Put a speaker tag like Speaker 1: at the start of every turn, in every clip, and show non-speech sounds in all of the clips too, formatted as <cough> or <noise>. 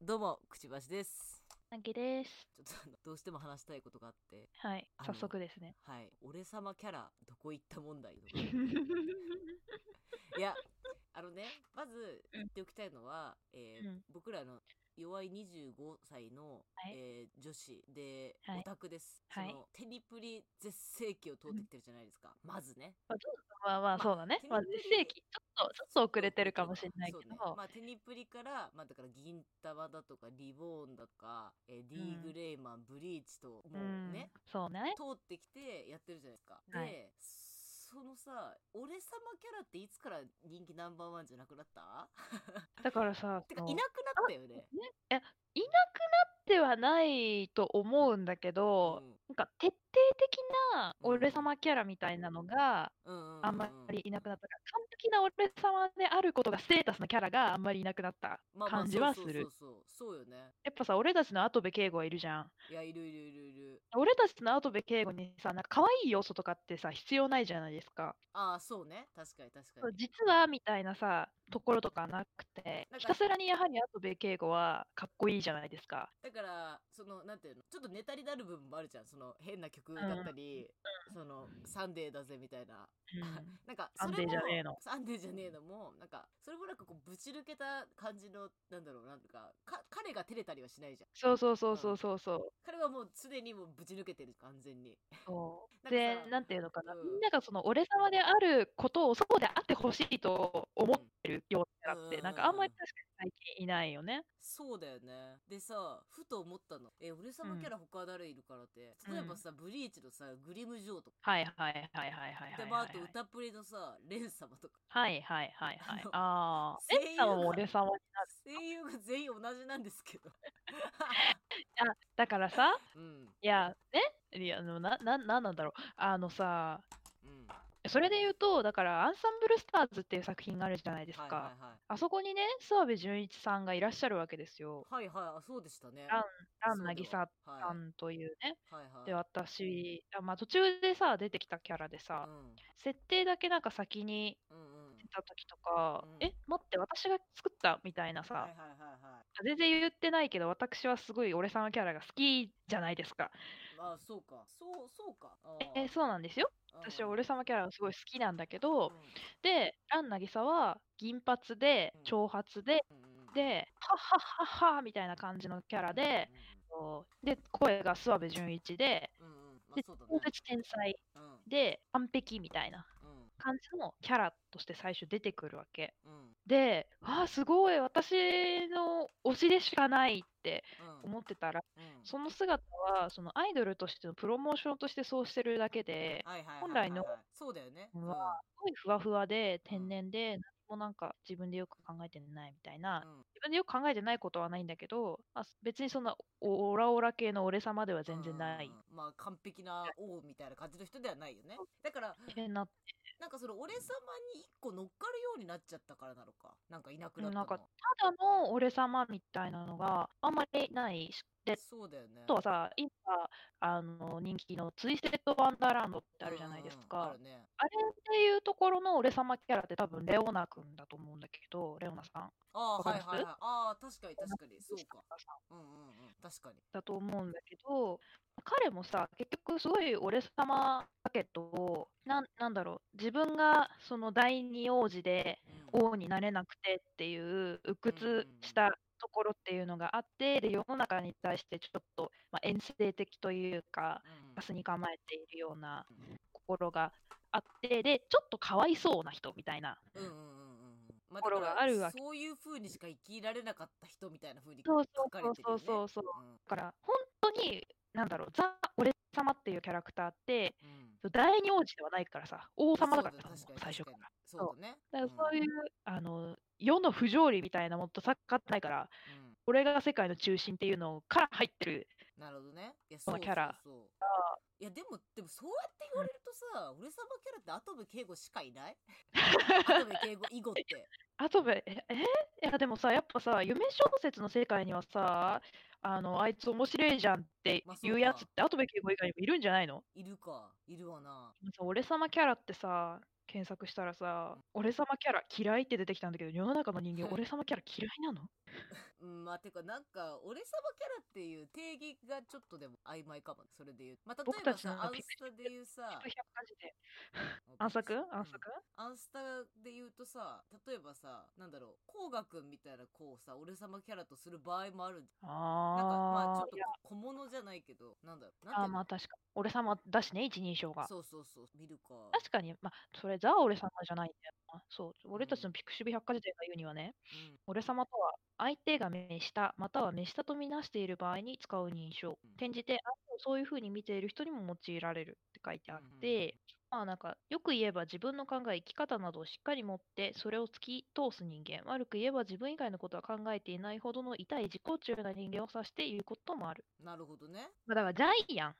Speaker 1: どうも、くちばしです。
Speaker 2: なぎです。
Speaker 1: ちょっとあの、どうしても話したいことがあって、
Speaker 2: はい。
Speaker 1: あの
Speaker 2: 早速です <laughs> ね。
Speaker 1: はい。俺様キャラ、どこ行った問題とかいや、あのね、まず言っておきたいのは、えー
Speaker 2: うん
Speaker 1: 僕らの弱い25歳の、
Speaker 2: はい
Speaker 1: えー女子で、
Speaker 2: はい
Speaker 1: オタクです。
Speaker 2: はい
Speaker 1: その、テニプリ絶世紀を通ってきてるじゃないですか。まずね。
Speaker 2: まあ、ちょっとまあまあ、そうだね
Speaker 1: テ。ニ
Speaker 2: まあ、
Speaker 1: プリ
Speaker 2: 全盛期、ちょっと、ちょっと遅れてるかもしれないけ
Speaker 1: そうね
Speaker 2: ど
Speaker 1: ま、あ、テニプリから、まあ、だから銀玉だとかリボーンだとか、えー、ディーグレイマン、ブリーチと
Speaker 2: う
Speaker 1: もうんね、、
Speaker 2: そうね。
Speaker 1: 通ってきてやってるじゃないですか。
Speaker 2: <laughs> は
Speaker 1: でそのさ俺様キャラっていつから人気ナンバーワンじゃなくなった <laughs>
Speaker 2: だから <laughs> さ、
Speaker 1: てか
Speaker 2: その
Speaker 1: いなくなったよね。
Speaker 2: いなくなってはないと思うんだけど、
Speaker 1: ん
Speaker 2: なんか徹底的な俺様キャラみたいなのが
Speaker 1: うん
Speaker 2: あんまりいなくなったから、完璧な俺様であることがステータスのキャラがあんまりいなくなった
Speaker 1: まあまあ
Speaker 2: 感じはす
Speaker 1: そうそ
Speaker 2: る
Speaker 1: う。そうそうそうよね。
Speaker 2: やっぱさ、俺たちの後部敬語はいるじゃん。
Speaker 1: いやいるいるいるいる。
Speaker 2: 俺たちの後部敬語にさ、なんか可愛い要素とかってさ、必要ないじゃないですか。
Speaker 1: ああそうね確かに確か
Speaker 2: そう
Speaker 1: に。
Speaker 2: 実はみたいなさところとかなくて
Speaker 1: なんか
Speaker 2: ひたすらにやはり後部敬語はかっこいいじゃないですか。
Speaker 1: だからそのなんていうのちょっとネタになる部分もあるじゃんその変な曲だったり、その「サンデーだぜ」みたいななんかそれも
Speaker 2: サンデーじゃねえの
Speaker 1: サンデーじゃねえのもなんかそれもなんかこうぶち抜けた感じのなんだろうなんかか彼が照れたりはしないじゃん
Speaker 2: <laughs> そうそうそうそうそうそ
Speaker 1: 彼はもう常にもうぶち抜けてる完全に
Speaker 2: うそう。
Speaker 1: なんか
Speaker 2: で
Speaker 1: さ
Speaker 2: なんていうのかな、
Speaker 1: うん
Speaker 2: みんながその俺様であることをそうであってほしいと思ってるようになって、
Speaker 1: うん
Speaker 2: なんかあんまり確かに最近いないよね。
Speaker 1: そうだよねでさふと思ったのえ俺様キャラ他誰いるからって、例えばさブリーチのさグリムジョーとか、
Speaker 2: はいはいはいはいはいはい
Speaker 1: でまあ
Speaker 2: は
Speaker 1: あと
Speaker 2: い。
Speaker 1: 歌 <laughs> プリのさレン様とか
Speaker 2: はいはいはいはい
Speaker 1: あ。の
Speaker 2: ああ。
Speaker 1: 声優
Speaker 2: エンさんは
Speaker 1: が
Speaker 2: 俺様になる。
Speaker 1: 声優が全員同じなんですけど
Speaker 2: だからさ、
Speaker 1: うん
Speaker 2: いや、えいや、あのな、な、なんなんだろう。あのさ、
Speaker 1: うん
Speaker 2: それで言うと、だから、アンサンブルスターズっていう作品があるじゃないですか。
Speaker 1: はいはいはい
Speaker 2: あそこにね、諏訪部純一さんがいらっしゃるわけですよ。
Speaker 1: はいはいあそうでしたね
Speaker 2: あ
Speaker 1: そう
Speaker 2: ラ
Speaker 1: で
Speaker 2: ン
Speaker 1: は
Speaker 2: ナギサ
Speaker 1: はい
Speaker 2: さんというね。
Speaker 1: はいはい
Speaker 2: で、私、あまあ、途中でさ、出てきたキャラでさ、
Speaker 1: うん
Speaker 2: 設定だけなんか先に
Speaker 1: うんうん
Speaker 2: 出た時とか、
Speaker 1: うん
Speaker 2: え、待って、私が作ったみたいなさ、
Speaker 1: はいはいはいは
Speaker 2: 全然言ってないけど、私はすごい俺様キャラが好きじゃないですか。
Speaker 1: いあそうかそうそうか
Speaker 2: え、そうなんですよ。私は俺様キャラがすごい好きなんだけど、で、ランナギサは銀髪で
Speaker 1: うん、
Speaker 2: 長髪で、で、はっはっはっはみたいな感じのキャラで、こうで、声が諏訪部純一で、
Speaker 1: うんうんまあ
Speaker 2: で
Speaker 1: そうだね
Speaker 2: 超絶天才
Speaker 1: うん
Speaker 2: で、完璧みたいな
Speaker 1: うん
Speaker 2: 感じのキャラとして最初出てくるわけ。
Speaker 1: うん
Speaker 2: で、ああ、すごい、私の推しでしかないって
Speaker 1: うん
Speaker 2: 思ってたら、
Speaker 1: うん
Speaker 2: その姿は、そのアイドルとしてのプロモーションとしてそうしてるだけで、
Speaker 1: はいはいはいはい
Speaker 2: 本来の
Speaker 1: そうだよね
Speaker 2: う
Speaker 1: うん
Speaker 2: わすごいふわふわで、天然で、何もなんか自分でよく考えてないみたいな
Speaker 1: う、ん
Speaker 2: 自分でよく考えてないことはないんだけど、まあ、別にそんなオオラオラ系の俺様では全然ない。
Speaker 1: うんうんうんまあ完璧な王みたいな感じの人ではないよねだから
Speaker 2: えな
Speaker 1: なんかその俺様に一個乗っかるようになっちゃったからなのかなんかいなくな
Speaker 2: なん
Speaker 1: ったの
Speaker 2: かただの俺様みたいなのがあんまりないし、で
Speaker 1: そうだよね
Speaker 2: あとはさ、今あの人気のツイステッド・ワンダーランドってあるじゃないです
Speaker 1: うんうんうん
Speaker 2: か。
Speaker 1: あるね
Speaker 2: あれっていうところの俺様キャラって多分レオナ君だと思うんだけど、レオナさん。
Speaker 1: ああ
Speaker 2: わ
Speaker 1: ー
Speaker 2: か
Speaker 1: は
Speaker 2: り
Speaker 1: い
Speaker 2: ます
Speaker 1: はいはいああ確かに確かにそうか
Speaker 2: さん
Speaker 1: うんうんうん確かに
Speaker 2: だと思うんだけど彼もさ結局すごい俺様だけどなんなんだろう自分がその第二王子で
Speaker 1: うん
Speaker 2: 王になれなくてっていう鬱屈したところっていうのがあってで世の中に対してちょっと、まあ、遠征的というか
Speaker 1: うん
Speaker 2: ガスに構えているような心があってでちょっとかわいそうな人みたいな
Speaker 1: うんうんうんうんうんまあ
Speaker 2: ところがあるわけ
Speaker 1: だからそういう風にしか生きられなかった人みたいな風に
Speaker 2: そう
Speaker 1: 書かれ
Speaker 2: そう
Speaker 1: てる
Speaker 2: そ
Speaker 1: よ
Speaker 2: う
Speaker 1: ね
Speaker 2: そうそうだ
Speaker 1: うん
Speaker 2: から本当になんだろうザ・俺様っていうキャラクターって
Speaker 1: うん
Speaker 2: 第二王子ではないからさ、王様だからさ、
Speaker 1: そう
Speaker 2: もう
Speaker 1: だね
Speaker 2: 最初
Speaker 1: 確から
Speaker 2: か。
Speaker 1: に
Speaker 2: だ
Speaker 1: そうだね
Speaker 2: からそういう、あの、世の不条理みたいなもっとさっかないから、
Speaker 1: うんうん
Speaker 2: 俺が世界の中心っていうのから入ってる。
Speaker 1: なるほどねいやそう
Speaker 2: キャラ
Speaker 1: そうそういやでもでもそうやって言われるとさ、俺様キャラって後部敬語しかい
Speaker 2: <laughs>
Speaker 1: ない後部敬語以後って
Speaker 2: あとべ、え、えいやでもさ、やっぱさ、夢小説の世界にはさ、あの、あいつ面白いじゃんって
Speaker 1: まあそう
Speaker 2: い
Speaker 1: か
Speaker 2: うやつって、あとべ敬語以外にもいるんじゃないの
Speaker 1: いるかいるわな
Speaker 2: 今さ俺様キャラってさ、検索したらさ、俺様キャラ嫌いって出てきたんだけど、世の中の人間、俺様キャラ嫌いなの
Speaker 1: うん、まあてかなんか俺様キャラっていう定義がちょっとでも曖昧かもそれで言うまあ例
Speaker 2: 僕
Speaker 1: え
Speaker 2: た
Speaker 1: ば
Speaker 2: ちの
Speaker 1: さアン
Speaker 2: ピ
Speaker 1: スタで言うさ
Speaker 2: 100マジで。暗作暗作
Speaker 1: アンスタで言うとさ例えばさなんだろうこうがくんみたいな子をさ俺様キャラとする場合もあるなんかまあちょ
Speaker 2: あ
Speaker 1: っ
Speaker 2: ー
Speaker 1: と
Speaker 2: いや
Speaker 1: 小物じゃないけどなんだろうなんて
Speaker 2: あ
Speaker 1: いう
Speaker 2: ー、まあ確か。俺様だしね、一人称
Speaker 1: の
Speaker 2: が。
Speaker 1: そうそうそう見るか
Speaker 2: 確かに、まあ、それザ・俺様じゃないんだよな。そう、俺たち
Speaker 1: う
Speaker 2: のピクシブ百科事典が言うにはね、俺様とは相手が目下または目下とみなしている場合に使う認証
Speaker 1: うん。
Speaker 2: 転じて相手をそういうふうに見ている人にも用いられるって書いてあっ
Speaker 1: うんうんうん
Speaker 2: て、まあなんかよく言えば自分の考え、生き方などをしっかり持ってそれを突き通す人間、悪く言えば自分以外のことは考えていないほどの痛い自己中な人間を指して言うこともある。
Speaker 1: うんなるほどね
Speaker 2: まあ、だからジャイアン。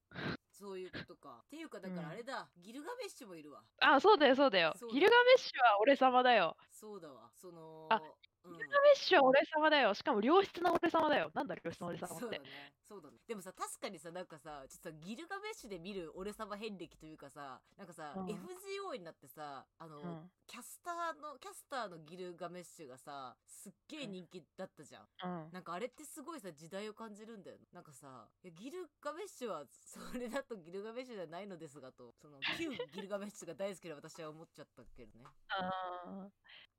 Speaker 1: そういうことかっていうかだからあれだ、ギルガメッシュもいるわ
Speaker 2: あ、そうだよそうだよ
Speaker 1: そう。だ
Speaker 2: ギルガメッシュは俺様だよ。
Speaker 1: そうだわその
Speaker 2: あ
Speaker 1: うん
Speaker 2: ギルガメッシュは俺様だよ。しかも良質な俺様だよ。なんだ良質な俺様
Speaker 1: そう
Speaker 2: っ
Speaker 1: だ
Speaker 2: て
Speaker 1: ね。そうだねでもさ確かにさなんかさちょっとさギルガメッシュで見る俺様遍歴というかさなんかさ、
Speaker 2: うん
Speaker 1: FGO になってさあの、
Speaker 2: うん
Speaker 1: キャスターのキャスターのギルガメッシュがさすっげえ人気だったじゃん、
Speaker 2: うん。
Speaker 1: なんかあれってすごいさ時代を感じるんだよなんかさいやギルガメッシュはそれだとギルガメッシュじゃないのですがとその旧ギルガメッシュが大好きで私は思っちゃったけどねあ
Speaker 2: あ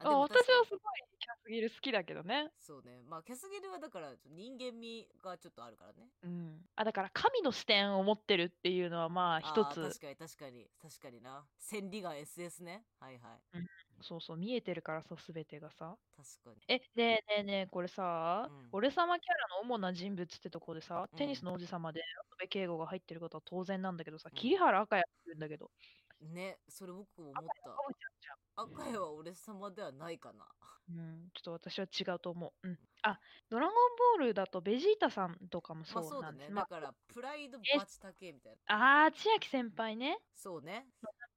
Speaker 1: で
Speaker 2: あ
Speaker 1: も
Speaker 2: 私は
Speaker 1: 確かに
Speaker 2: すごいキャスギル好きだけどね。
Speaker 1: そうねまあキャスギルはだから人間味がちょっとあるからね
Speaker 2: うん、あだから神の視点を持ってるっていうのはまあ一
Speaker 1: あー確
Speaker 2: つ
Speaker 1: かに確かに確かにな千里眼 SS ねはいはい
Speaker 2: そうそう見えてるからさ全てがさ。
Speaker 1: 確かに
Speaker 2: えねえねえねえこれさ、
Speaker 1: うん
Speaker 2: 俺様キャラの主な人物ってとこでさ、テニス
Speaker 1: うん
Speaker 2: の王子様で安部圭吾が入ってることは当然なんだけどさ、
Speaker 1: うん
Speaker 2: 桐原赤やってるんだけど。
Speaker 1: ねそれ僕も思っ
Speaker 2: 赤ち
Speaker 1: た赤江は俺様ではないかな
Speaker 2: ゃんじゃんうん、ちょっと私は違うと思う。うん、あドラゴンボールだとベジータさんとかも
Speaker 1: まあそ
Speaker 2: そううな
Speaker 1: だ
Speaker 2: んで
Speaker 1: ね
Speaker 2: す。
Speaker 1: だ
Speaker 2: ま
Speaker 1: からプライドバチタケみたいな
Speaker 2: あ、あー千秋先輩ね。
Speaker 1: そうね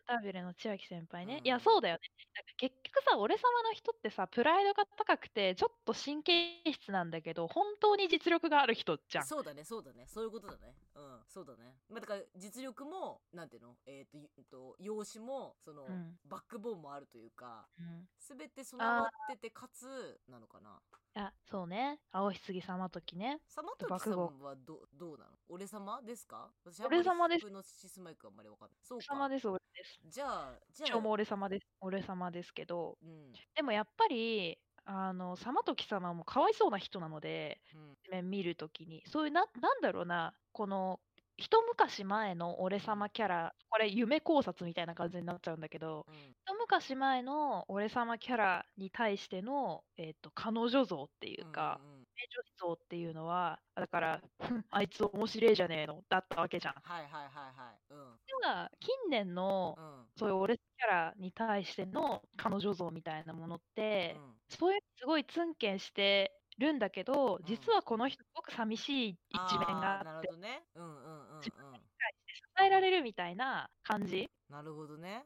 Speaker 2: ターベルの千秋先輩ね。
Speaker 1: うん
Speaker 2: いや、そうだよね。なんか結局さ、俺様の人ってさ、プライドが高くて、ちょっと神経質なんだけど、本当に実力がある人じゃん。
Speaker 1: そうだねそうだねそういうことだねうんそうだねまあだから実力もなんていうのえっ、とゆうんと容姿もその、
Speaker 2: うん
Speaker 1: バックボーンもあるというか
Speaker 2: うん
Speaker 1: 全て備わっててかつなのかな
Speaker 2: あ、そうね。青ひすぎ様ときね。
Speaker 1: サマトキさんはどどうなの俺様ですか私
Speaker 2: 俺様です
Speaker 1: す。のシスマイクあんまりわかんない。そう
Speaker 2: 俺
Speaker 1: か。
Speaker 2: 様です、俺です。
Speaker 1: じゃあ、じゃ
Speaker 2: 一
Speaker 1: あ、
Speaker 2: 応も俺様です。俺様ですけど、
Speaker 1: うん。
Speaker 2: でもやっぱり、あの、様とき様もかわいそうな人なので、
Speaker 1: うん
Speaker 2: 一面見るときに、そういうな、なんだろうな、この、一昔前の俺様キャラ、これ夢考察みたいな感じになっちゃうんだけど、
Speaker 1: うん
Speaker 2: 一昔前の俺様キャラに対しての、えー、と彼女像っていうか、
Speaker 1: うんうんうん
Speaker 2: 女子像っていうのはあだからふんあいつ面白いじゃねえのだったわけじゃん。
Speaker 1: はいはいはいはい。うん。
Speaker 2: ただ近年の
Speaker 1: うん。うん
Speaker 2: そういう俺キャラに対しての彼女像みたいなものって、そういうすごいツンケンしてるるんだけど
Speaker 1: ん
Speaker 2: 実はこの人すごく寂しい一面
Speaker 1: あー
Speaker 2: があ
Speaker 1: な
Speaker 2: っ
Speaker 1: る
Speaker 2: て
Speaker 1: ほどね。うんうんうんうん。
Speaker 2: 支えられるみたいな感じ
Speaker 1: なるほどね。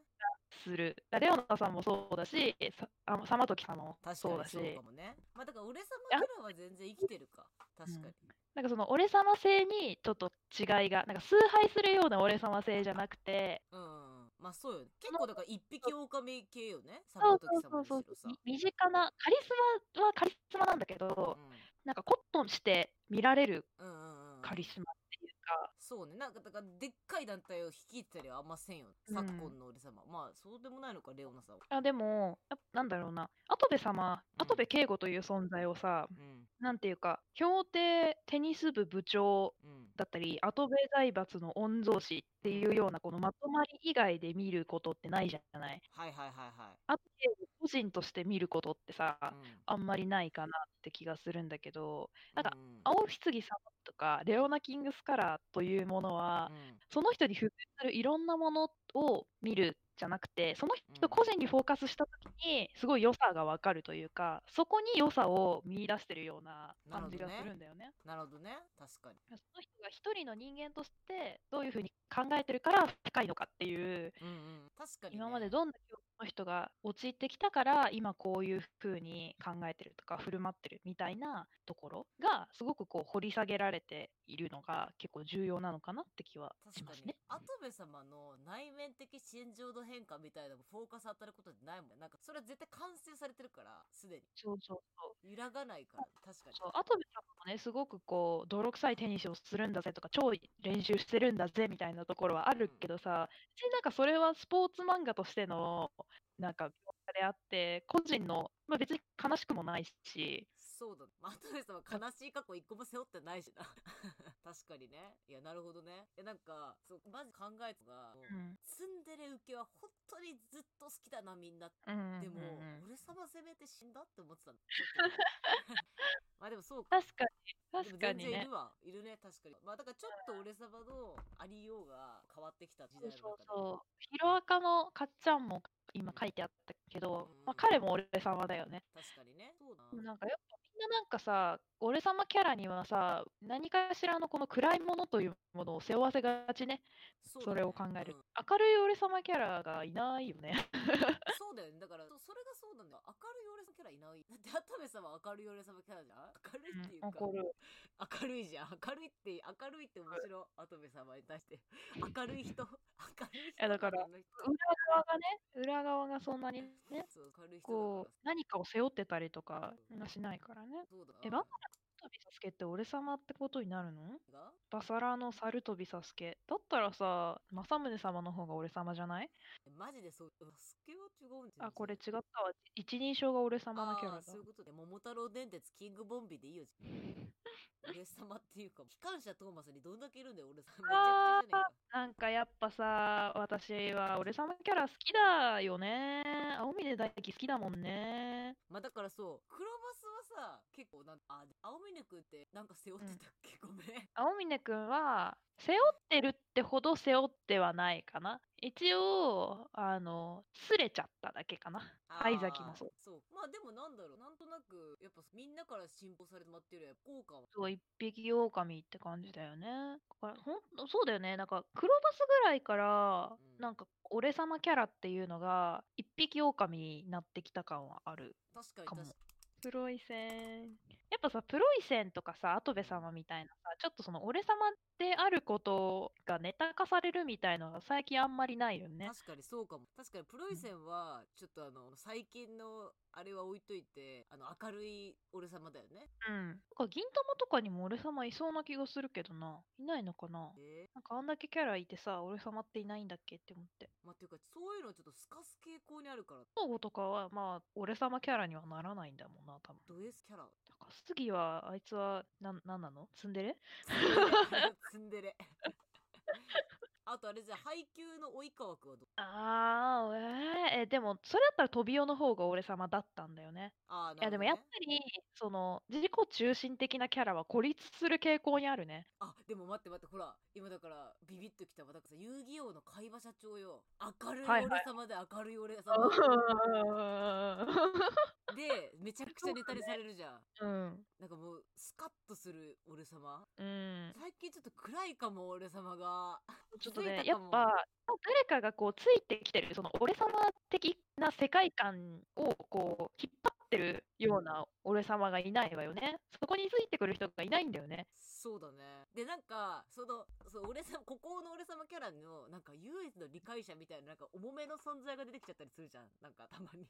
Speaker 2: する。だからレオナさんもそうだしさあのサマトキさんも
Speaker 1: 確か
Speaker 2: そう
Speaker 1: に
Speaker 2: だし。
Speaker 1: そうかもね。まあだから俺様キャラは全然生きてるか。確かに。
Speaker 2: なんかその俺様性にちょっと違いが、なんか崇拝するような俺様性じゃなくて、
Speaker 1: うんうんうん。まあそうよね。結構だから一匹狼系よね。サ
Speaker 2: そ
Speaker 1: マ
Speaker 2: う
Speaker 1: トキ様に
Speaker 2: そう
Speaker 1: し
Speaker 2: そう
Speaker 1: ろさ
Speaker 2: そう。、身近な、カリスマはカリスマなんだけど、なんかコットンして見られる
Speaker 1: うんうんうんうん。
Speaker 2: カリスマっていうか、
Speaker 1: そうねなんかだからでっかい団体を率いてたりはあんませんよ、
Speaker 2: うん
Speaker 1: 昨今の俺様まあそうでもないのかレオナさんは
Speaker 2: あでも、やっぱなんだろうな、跡部様、
Speaker 1: うん
Speaker 2: 跡部圭吾という存在をさ、
Speaker 1: うん
Speaker 2: なんていうか、競艇テニス部部長
Speaker 1: うん
Speaker 2: だったり、跡部財閥の御曹司っていうような、このまとまり以外で見ることってないじゃない。
Speaker 1: はいはいはい
Speaker 2: 跡部圭吾個人として見ることってさ、
Speaker 1: はい、うん、
Speaker 2: あんまりないかなって気がするんだけど、なんか
Speaker 1: うん
Speaker 2: 青棺様とかレオナ・キングスカラーというものは
Speaker 1: う、ん
Speaker 2: その人に付随するいろんなものを見るじゃなくて、その
Speaker 1: うん
Speaker 2: 人個人にフォーカスしたときに、すごい良さがわかるというか、そこに良さを見出してるような
Speaker 1: なるほ
Speaker 2: 感
Speaker 1: どね
Speaker 2: じがするんだよね。
Speaker 1: なるほどね確かに
Speaker 2: その人が一人の人間として、どういうふうに考考えてるから高いのかっていう
Speaker 1: うんうん、確かに、ね、
Speaker 2: 今までどんな教育の人が陥ってきたから今こういう風に考えてるとか振る舞ってるみたいなところがすごくこう掘り下げられているのが結構重要なのかなって気はし
Speaker 1: 確か
Speaker 2: ます
Speaker 1: に
Speaker 2: ね。
Speaker 1: アトベ様の内面的心情の変化みたいなのもフォーカス当たることってないもんねなんかそれは絶対完成されてるからすでに
Speaker 2: そうそうそう
Speaker 1: 揺らがないから確かに
Speaker 2: そうアトムさんもねすごくこう泥臭いテニスをするんだぜとか超練習してるんだぜみたいなところはあるけどさ別になんかそれはスポーツ漫画としてのなんか描写であって個人の、まあ、別に悲しくもないし
Speaker 1: そうだ、ね、まあアトベ様悲しい過去一個も背負ってないし <laughs> な確かにねいやなるほどねえなんかそうまず考えたのが、
Speaker 2: うん
Speaker 1: ツンデレ受けは本当にずっと好きだなみんな
Speaker 2: うんうん
Speaker 1: でも、
Speaker 2: うんうん
Speaker 1: 俺様攻めて死んだって思ってたの。ちょっと <laughs> まあでもそうか。
Speaker 2: 確か
Speaker 1: でも
Speaker 2: に確かに
Speaker 1: 全然い
Speaker 2: ね
Speaker 1: るわ。いるね、確かに。まあだからちょっと俺様のありようが変わってきた時
Speaker 2: そ
Speaker 1: 代
Speaker 2: う
Speaker 1: の中で。
Speaker 2: そうそうヒロアカのかっちゃんも今書いてあったけど、まあ、彼も俺様だよね
Speaker 1: 確かにね。そうだ
Speaker 2: な
Speaker 1: な。
Speaker 2: んかやっぱみんななんかさ、俺様キャラにはさ、何かしらのこの暗いものというものを背負わせがちね、
Speaker 1: そ
Speaker 2: それを考える。
Speaker 1: うん
Speaker 2: 明るい俺様キャラがいないよね。
Speaker 1: そうだよね。だから、そうそれがそうなんだよ。明るい俺様キャラいない。だって、アトベ様は明るい俺様キャラじゃん明るいっていうか、
Speaker 2: 怒る。
Speaker 1: 明るいじゃん。明るいって、明るいって面白い。アトベ様に対して。明るい人。明るい人。
Speaker 2: やだから
Speaker 1: あの人
Speaker 2: 裏側がね、裏側がそんなにね、
Speaker 1: そう、明るい人だ
Speaker 2: こ
Speaker 1: か
Speaker 2: う、何かを背負ってたりとかがしないからね。
Speaker 1: ら。そうだな
Speaker 2: え、バサラのトビサスケって俺様ってことになるの
Speaker 1: が
Speaker 2: バサラの猿トビサスケ。だったらさ、政宗様の方が俺様じゃない
Speaker 1: えマジでそう、うんスケは違うんです
Speaker 2: あ、これ違ったわ。一人称が俺様のキャ
Speaker 1: あ
Speaker 2: ラ
Speaker 1: ー
Speaker 2: だ
Speaker 1: そうい。うことで、桃太郎電鉄キングボンビーでいいよ。俺様って
Speaker 2: <laughs>
Speaker 1: いうか、機関車トーマスにどんだけいるんだよ、俺様。めちゃくちゃじゃね
Speaker 2: なんかやっぱさ、私は俺様キャラ好きだよね。青峰大輝好きだもんね。
Speaker 1: えか。まあだからそう、黒バスはさ、結構なんあ、青峰くんってなんか背負ってたっけ、ごめん。
Speaker 2: <laughs> 青峰くんは背負ってるってほど背負ってはないかな。一応、あの、すれちゃっただけかな。
Speaker 1: あ
Speaker 2: は
Speaker 1: ー
Speaker 2: い、ザキもそう。
Speaker 1: そう。まあでもなんだろう、なんとなく、やっぱみんなから信奉されてまってるやん、効果は。
Speaker 2: そう、一匹狼って感じだよね。だからほんとそうだよね。なんか、黒バスぐらいから、
Speaker 1: うん
Speaker 2: なんか、俺様キャラっていうのが、一匹狼になってきた感はある。
Speaker 1: 確かに
Speaker 2: かも
Speaker 1: 確か
Speaker 2: プロイセン。やっぱさ、プロイセンとかさ、アトベ様みたいなさ、ちょっとその俺様であることがネタ化されるみたいのが最近あんまりないよ
Speaker 1: に。
Speaker 2: ね。
Speaker 1: 確かにそうかも。確かにプロイセンは、ちょっとあの、最近のあれは置いといて、あの、明るい俺様だよね。
Speaker 2: うん。なんか銀玉とかにも俺様いそうな気がするけどな。いないのかな
Speaker 1: えー
Speaker 2: なんかあんだけキャラいてさ、俺様っていないんだっけって思って。
Speaker 1: まあ、っていうか、そういうのちょっとスカス傾向にあるから、
Speaker 2: 東郷とかはまあ、俺様キャラにはならないんだもんな、多分。
Speaker 1: ド S キャラ。
Speaker 2: <laughs>
Speaker 1: <laughs>
Speaker 2: 高杉は、あいつは、なん、なんなのツンデレ
Speaker 1: ツンデレ。 <laughs> あとあれじゃん、配給の及川くんはどう
Speaker 2: あー、えーえ、でも、それだったらトビオの方が俺様だったんだよね。
Speaker 1: ああ、
Speaker 2: い
Speaker 1: な
Speaker 2: や
Speaker 1: るほど、
Speaker 2: でも
Speaker 1: ね。
Speaker 2: やっぱりその自己中心的なキャラは孤立する傾向にあるね。
Speaker 1: あ、でも待って待って、ほら、今だから、ビビッときたわ。だからさ、遊戯王の会話社長よ。明るい
Speaker 2: はいはい
Speaker 1: 俺様で明るい俺様。
Speaker 2: う
Speaker 1: <laughs> で、めちゃくちゃネタにされるじゃん。
Speaker 2: ん。
Speaker 1: なんかもう、スカッとする俺様。
Speaker 2: うん。
Speaker 1: 最近ちょっと暗いかも、俺様が。
Speaker 2: ちょっと
Speaker 1: 気づい
Speaker 2: ね
Speaker 1: た
Speaker 2: や
Speaker 1: かも
Speaker 2: っぱ誰かがこうついてきてるその俺様的な世界観をこう引っ張ってるような俺様がいないわよね。そこについてくる人がいないんだよね。
Speaker 1: そうだね。で、なんか、その、そう、俺様、孤高の俺様キャラの、なんか唯一の理解者みたいな、なんか重めの存在が出てきちゃったりするじゃん。なんか、たまに。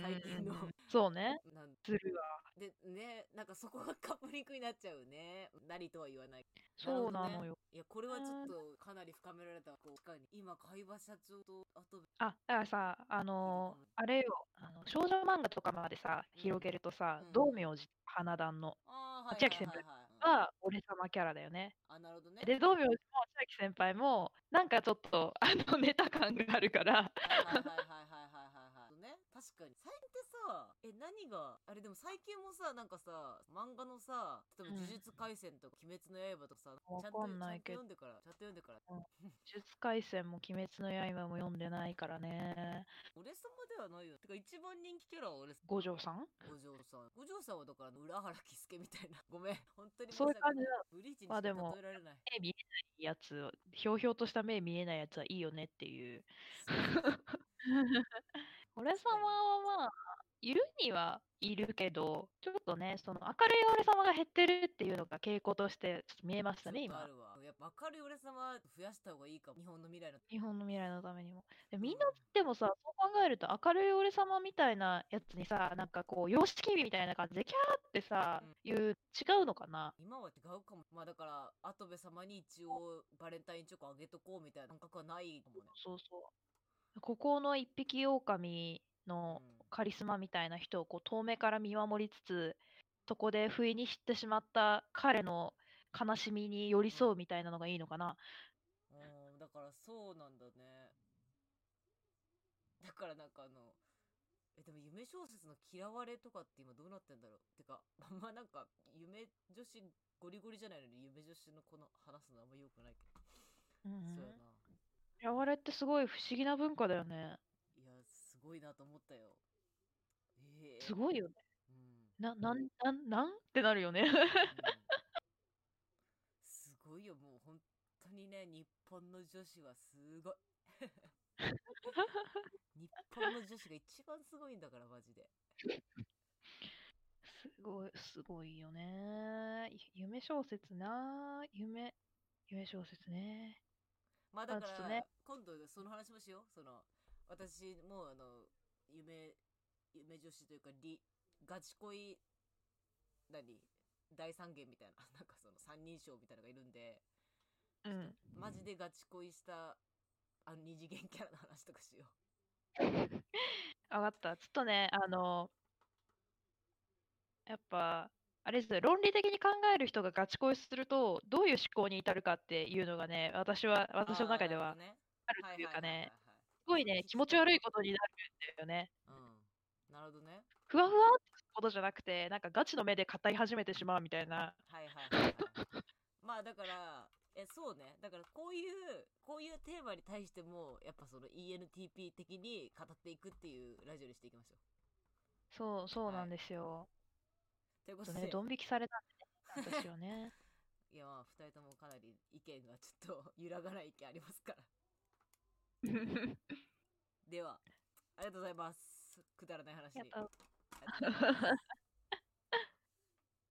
Speaker 1: 最近の
Speaker 2: うんうんうんそうね。
Speaker 1: なん
Speaker 2: するわ。
Speaker 1: で、ね、なんかそこがカップリンクになっちゃうね。なりとは言わない。る
Speaker 2: そ
Speaker 1: ほど
Speaker 2: う
Speaker 1: ね
Speaker 2: なのよ。
Speaker 1: いや、これはちょっと、かなり深められた。こう、確かに、今、会話社長と、あと、
Speaker 2: あ、だからさ、あのーあれよ、あの少女漫画とかまでさ、
Speaker 1: うん
Speaker 2: 広げるとさ、
Speaker 1: うん
Speaker 2: 道明寺花壇の
Speaker 1: ああ、はい、
Speaker 2: 千秋
Speaker 1: はい、はい、はい。
Speaker 2: が俺様キャラだよね。
Speaker 1: うんあ、なるほどね。
Speaker 2: で、道明寺も千秋先輩も、なんかちょっと、あの、ネタ感があるから、
Speaker 1: はいはいはいはいはいはいはいはい。ね、確かに。最近ってさ、さえ何があれでも最近もさなんかさ漫画のさ例えば
Speaker 2: うん
Speaker 1: 「呪術廻戦」とか「鬼滅の刃」とかさ、
Speaker 2: わ
Speaker 1: ちゃんと
Speaker 2: かんない
Speaker 1: ち
Speaker 2: け
Speaker 1: ゃんと
Speaker 2: ど
Speaker 1: 読んでからちゃんと読んでから
Speaker 2: 呪術廻戦も鬼滅の刃も読んでないからね。
Speaker 1: 俺様ではないよてか一番人気キャラは俺
Speaker 2: 五条さん
Speaker 1: 五条さん五条さんはだからあの浦原喜助みたいなごめん本当に
Speaker 2: そういう感じだ。
Speaker 1: ブリーチにしか
Speaker 2: まあ
Speaker 1: 例
Speaker 2: でも
Speaker 1: えられない、
Speaker 2: 目見えないやつを、ひょうひょうとした目見えないやつはいいよねっていう。俺様はまあ、いるにはいるけど、ちょっとね、その明るい俺様が減ってるっていうのが傾向としてちょっと見えまし
Speaker 1: ちょ
Speaker 2: た
Speaker 1: っ
Speaker 2: ね、
Speaker 1: とあ
Speaker 2: 今。
Speaker 1: るわやっぱ明るい俺様増やした方がいいかも日本の未来の
Speaker 2: 日本の未来のためにも。でみんな
Speaker 1: うん
Speaker 2: でもさ、そう考えると明るい俺様みたいなやつにさ、なんかこう、様式美みたいな感じでキャーってさ
Speaker 1: うん、
Speaker 2: 言う、違うのかな
Speaker 1: 今は違うかもまあだから跡部様に一応バレンタインチョコあげとこうみたいな感覚はないかもね、
Speaker 2: そうそう。ここの一匹狼の
Speaker 1: うん
Speaker 2: カリスマみたいな人をこう遠目から見守りつつ、そこで不意に知ってしまった彼の悲しみに寄り添うみたいなのがいいのかな。
Speaker 1: うん、だからそうなんだねだからなんかあのえでも夢小説の「嫌われ」とかって今どうなってんだろうてかあんまなんか夢女子ゴリゴリじゃないのに夢女子のこの話すのあんま良くないけど、
Speaker 2: うんうん
Speaker 1: そうやな
Speaker 2: 嫌われってすごい不思議な文化だよね。
Speaker 1: いやすごいなと思ったよええ
Speaker 2: すごいよね。
Speaker 1: うんうん
Speaker 2: な、なん、なん、なんってなるよね。
Speaker 1: <laughs> すごいよもう本当にね日本の女子はすごい <laughs> 日本の女子が一番すごいんだからマジで、
Speaker 2: すごい、すごいよね。ゆ夢小説なあ、夢、夢小説ね。
Speaker 1: まあだか
Speaker 2: あちょっ
Speaker 1: ら、
Speaker 2: とね
Speaker 1: 今度その話もしようその私もうあの夢夢女子というかりガチ恋何大三元みたいな <laughs> なんかその三人称みたいなのがいるんで
Speaker 2: うん。
Speaker 1: マジでガチ恋したあの二次元キャラの話とかしよ
Speaker 2: わかった。ちょっとね、あの、やっぱ、あれですね、論理的に考える人がガチ恋すると、どういう思考に至るかっていうのがね、私は、
Speaker 1: う
Speaker 2: 私の中で
Speaker 1: あ
Speaker 2: は
Speaker 1: ーなる
Speaker 2: ある
Speaker 1: ほどね
Speaker 2: というかね、
Speaker 1: は
Speaker 2: すごいね、気持ち悪いことになるんだよね。
Speaker 1: いはいはいはいうんなるほどね
Speaker 2: ふわふわってことじゃなくて、なんかガチの目で語り始めてしまうみたいな。
Speaker 1: はいはいはい、はい、まあだからえそうねだからこういうこういうテーマに対してもやっぱその ENTP 的に語っていくっていうラジオにしていきましょう
Speaker 2: そう、そうな
Speaker 1: はい
Speaker 2: んですよ。
Speaker 1: というこ
Speaker 2: ちょ
Speaker 1: と
Speaker 2: っ
Speaker 1: で、
Speaker 2: とね、ドン引きされたんでね、私よ <laughs> ね。
Speaker 1: いやまあ2人ともかなり意見がちょっと揺らがない意見ありますからではありがとうございますくだらない話
Speaker 2: や
Speaker 1: に
Speaker 2: っぱ
Speaker 1: ありがとうございます